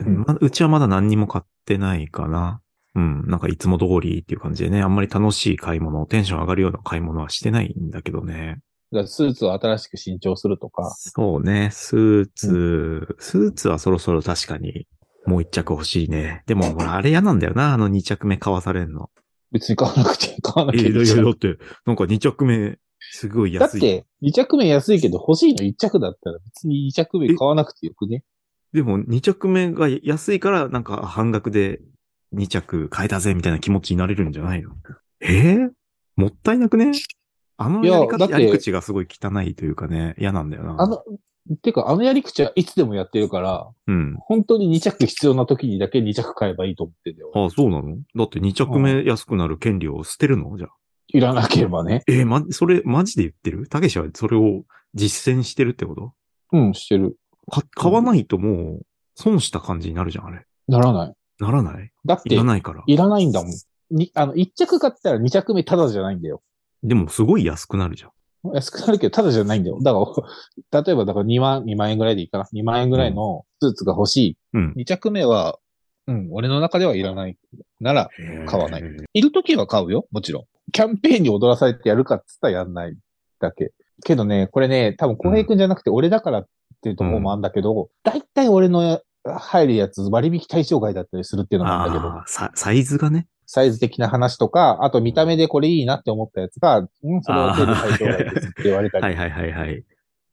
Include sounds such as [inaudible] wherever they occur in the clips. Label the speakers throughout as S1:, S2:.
S1: うん
S2: まうちはまだ何にも買ってないかな。うん。なんかいつも通りっていう感じでね、あんまり楽しい買い物、テンション上がるような買い物はしてないんだけどね。
S1: だからスーツを新しく新調するとか、
S2: そうね。スーツ、スーツはそろそろ確かにもう一着欲しいね。でも、ほら、あれ嫌なんだよな。あの二着目買わされんの。
S1: 別に買わなくて、買わな
S2: え
S1: [laughs] きゃいい
S2: だい
S1: じゃ
S2: や
S1: ん
S2: だって、なんか二着目、すごい
S1: だっ
S2: 安い。
S1: て、2着目安いけど欲しいの1着だったら別に2着目買わなくてよくね。
S2: でも、二着目が安いから、なんか半額で二着買えたぜ、みたいな気持ちになれるんじゃないのえーもったいなくねあの
S1: いや
S2: やり
S1: だ
S2: 方
S1: って
S2: やり口がすごい汚いというかね、嫌なんだよな。
S1: あの、てかあのやり口はいつでもやってるから、
S2: うん。
S1: 本当に2着必要な時にだけ2着買えばいいと思ってんだよ。
S2: ああ、そうなのだって二着目安くなる権利を捨てるのじゃあ。
S1: いらなければね。
S2: えーま、それ、マジで言ってるたけしはそれを実践してるってこと
S1: うん、してる。
S2: か買わないともう、損した感じになるじゃん、あれ。
S1: ならない。
S2: ならない
S1: だって、
S2: いらないから。
S1: いらないんだもん。に、あの、1着買ったら2着目タダじゃないんだよ。
S2: でも、すごい安くなるじゃん。
S1: 安くなるけど、タダじゃないんだよ。だから、例えば、だから2万、2万円ぐらいでいいかな。2万円ぐらいのスーツが欲しい。
S2: うん
S1: 2着目は、うん、俺の中ではいらない。なら、買わない
S2: へー
S1: いるときは買うよ、もちろん。キャンペーンに踊らされてやるかっつったらやんないだけ。けどね、これね、多分浩平くんじゃなくて俺だからっていうところもあるんだけど、だいたい俺の入るやつ割引対象外だったりするっていうのもあるんだけど、
S2: ああ、さサイズがね。
S1: サイズ的な話とか、あと見た目でこれいいなって思ったやつが、うん、それは手で対象外ですって言われ
S2: [laughs]
S1: た
S2: はい
S1: り
S2: はいはいはい。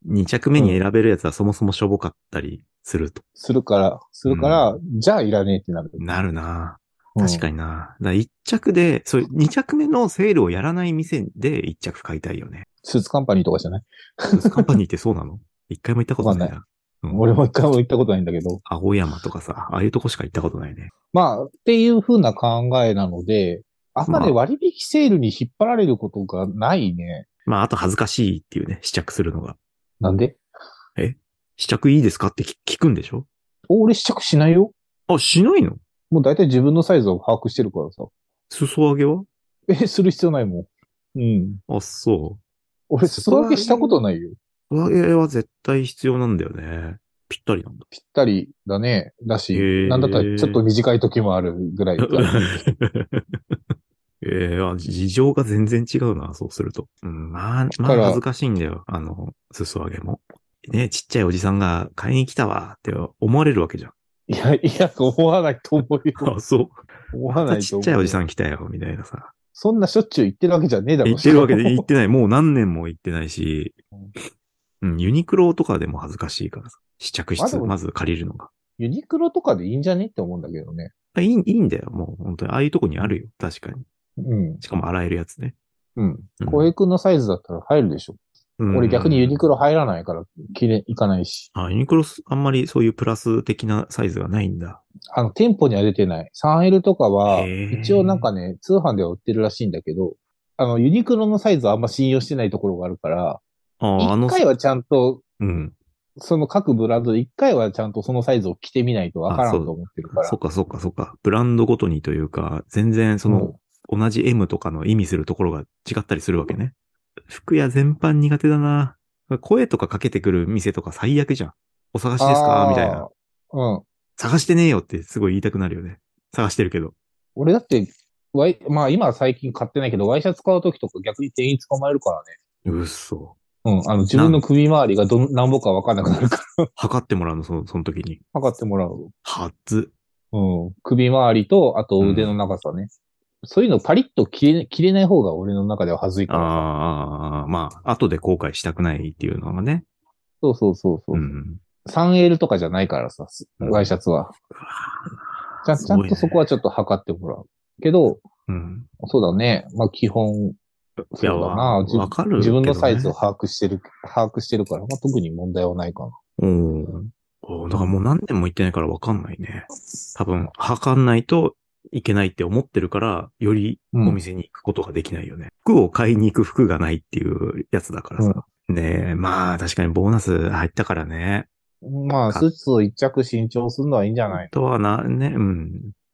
S2: 二着目に選べるやつはそもそもしょぼかったりすると。
S1: するから、するから、じゃあいらねえってなる。
S2: なるな
S1: うん
S2: 確かにな、だから一着で、そう、二着目のセールをやらない店で一着買いたいよ
S1: [laughs]
S2: ね。
S1: スーツカンパニーとかじゃない
S2: スーツカンパニーってそうなの一回も行ったことないな。うん
S1: 俺も一回も行ったことないんだけど。
S2: 青山とかさ、ああいうとこしか行ったことないね。
S1: まあ、っていう風な考えなので、あんまり割引セールに引っ張られることがないね。
S2: まあ、あと恥ずかしいっていうね、試着するのが。
S1: なんで
S2: 試着いいですかってき聞くんでしょ
S1: 俺試着しないよ。
S2: あ、しないの
S1: もう大体自分のサイズを把握してるからさ。
S2: 裾上げは
S1: え、する必要ないもん。うん。
S2: あ、そう。
S1: 俺、裾分けしたことないよ。
S2: 裾上げは絶対必要なんだよね。ぴったりなんだ。
S1: ぴったりだね。だし
S2: へ、ー
S1: なんだったらちょっと短い時もある
S2: [laughs]
S1: ぐらいだから。
S2: ええあ事情が全然違うな、そうすると。うん、まあ、ま
S1: か
S2: あ、
S1: ら
S2: 恥ずかしいんだよ、あの、裾上げも。ね、ちっちゃいおじさんが買いに来たわって思われるわけじゃん。
S1: いや、いや、思わないと思うよ。 [laughs]
S2: [laughs] あ、そう。
S1: 思わないと
S2: [laughs] ち
S1: 思
S2: っ
S1: う。
S2: ちゃいおじさ
S1: ん。
S2: ん来たよ、みたいな
S1: [laughs]
S2: さ。
S1: そんなしょっちゅう言ってるわけじゃねえだろ。
S2: 行ってるわけで
S1: いい
S2: 行ってない。もう何年も行ってないし。うん、ユニクロとかでも恥ずかしいからさ。試着
S1: まあ
S2: 室、
S1: でも
S2: まず借りるのが。
S1: ユニクロとかでいいんじゃねって思うんだけどね。
S2: あいい、いいんだよ、もう。本当に。ああいうとこにあるよ。確かに。
S1: うん。
S2: しかも洗えるやつね。
S1: うん。
S2: うん
S1: 浩平くんのサイズだったら入るでしょ。俺逆にユニクロ入らないから、きれ、いかないし。
S2: あ、ユニクロス、あんまりそういうプラス的なサイズがないんだ。
S1: あの、店舗には出てない。3L とかは
S2: へ、ー
S1: 一応なんかね、通販では売ってるらしいんだけど、あの、ユニクロのサイズはあんま信用してないところがあるから、
S2: ああ、あ
S1: 一
S2: の、
S1: 回はちゃんと、
S2: うん。
S1: その各ブランドで一回はちゃんとそのサイズを着てみないとわからん
S2: あそう
S1: と思ってるから
S2: そっ。かそっかそっか。ブランドごとにというか、全然その、同じ M とかの意味するところが違ったりするわけね。服屋全般苦手だな。声とかかけてくる店とか最悪じゃん。お探しですかみたいな。。
S1: あーうん。
S2: 探してねえよってすごい言いたくなるよね。探してるけど。
S1: 俺だって、ワイ、まあ今は最近買ってないけど、ワイシャツ買うときとか逆に店員捕まえるから
S2: うっそ。
S1: ね。うん。あの、自分の首周りがどん、なんぼかわかんなくなるから、
S2: 測ってもらうの、その、その時に。
S1: 測ってもらう。
S2: はず。
S1: うん。首周りと、あと腕の長さね。そういうのパリッと切れ切れない方が俺の中では恥ずいから。
S2: ああ、まあ、後で後悔したくないっていうのがね。
S1: そうそうそうそうう、
S2: ん。
S1: 3L とかじゃないからさ、す
S2: うん
S1: ワイシャツは。ちゃん
S2: す
S1: ちゃ
S2: ごい
S1: ん
S2: ね
S1: とそこはちょっと測ってもらう。けど、
S2: うん。
S1: そうだね。まあ基本、
S2: いや
S1: そうだな。じ
S2: わかるけ
S1: 自
S2: どね
S1: 分のサイズを把握してる、把握してるから、まあ特に問題はないか
S2: う
S1: な。
S2: ん。おーだからもう何年も行ってないからわかんないね。多分、測んないといけないって思ってるから、より
S1: うん
S2: お店に行くことができないよね。服を買いに行く服がないっていうやつだからさ。ねえ、まあ確かにボーナス入ったからね。
S1: まあ、スーツを一着新調するのはいいんじゃない
S2: とはな、ね、うん。